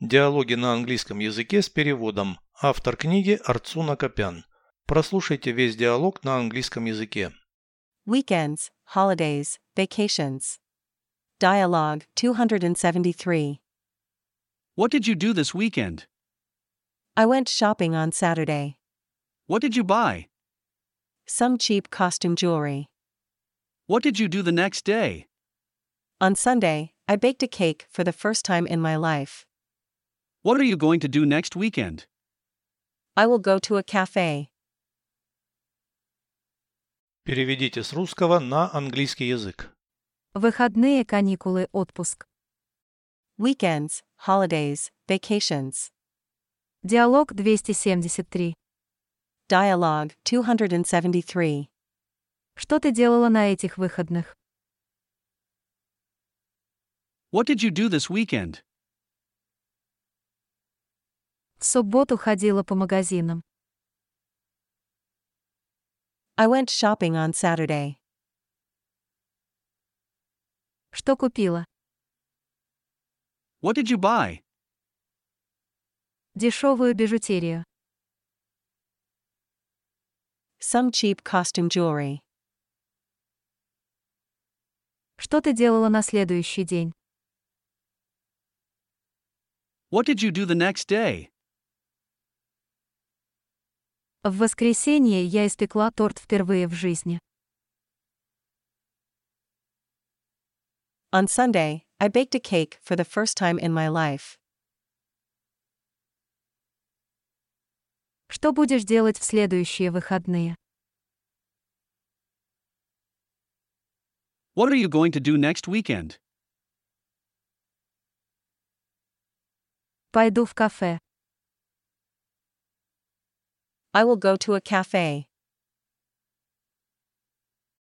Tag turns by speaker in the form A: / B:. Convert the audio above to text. A: Диалоги на английском языке с переводом. Автор книги Арцуна Копян. Прослушайте весь диалог на английском языке.
B: Weekends, holidays, vacations. Dialogue 273.
C: What did you do this weekend?
B: I went shopping on Saturday.
C: What did you buy?
B: Some cheap costume jewelry.
C: What did you do the next day?
B: On Sunday, I baked a cake for the first time in my life.
C: What are you going to do next weekend?
B: I will go to a cafe.
A: Переведите с русского на английский язык.
D: Выходные каникулы отпуск.
B: Weekends, holidays, vacations.
D: Диалог 273.
B: Dialogue 273.
D: Что ты делала на этих выходных?
C: What did you do this weekend?
D: В субботу ходила по магазинам.
B: I went shopping on Saturday.
D: Что купила?
C: What did you buy?
D: Дешевую бижутерию.
B: Some cheap costume jewelry.
D: Что ты делала на следующий день?
C: What did you do the next day?
D: В воскресенье я испекла торт впервые в жизни.
B: On Sunday, I baked a cake for the first time in my life.
D: Что будешь делать в следующие выходные?
C: What are you going to do next weekend?
D: Пойду в кафе.
B: I will go to a cafe.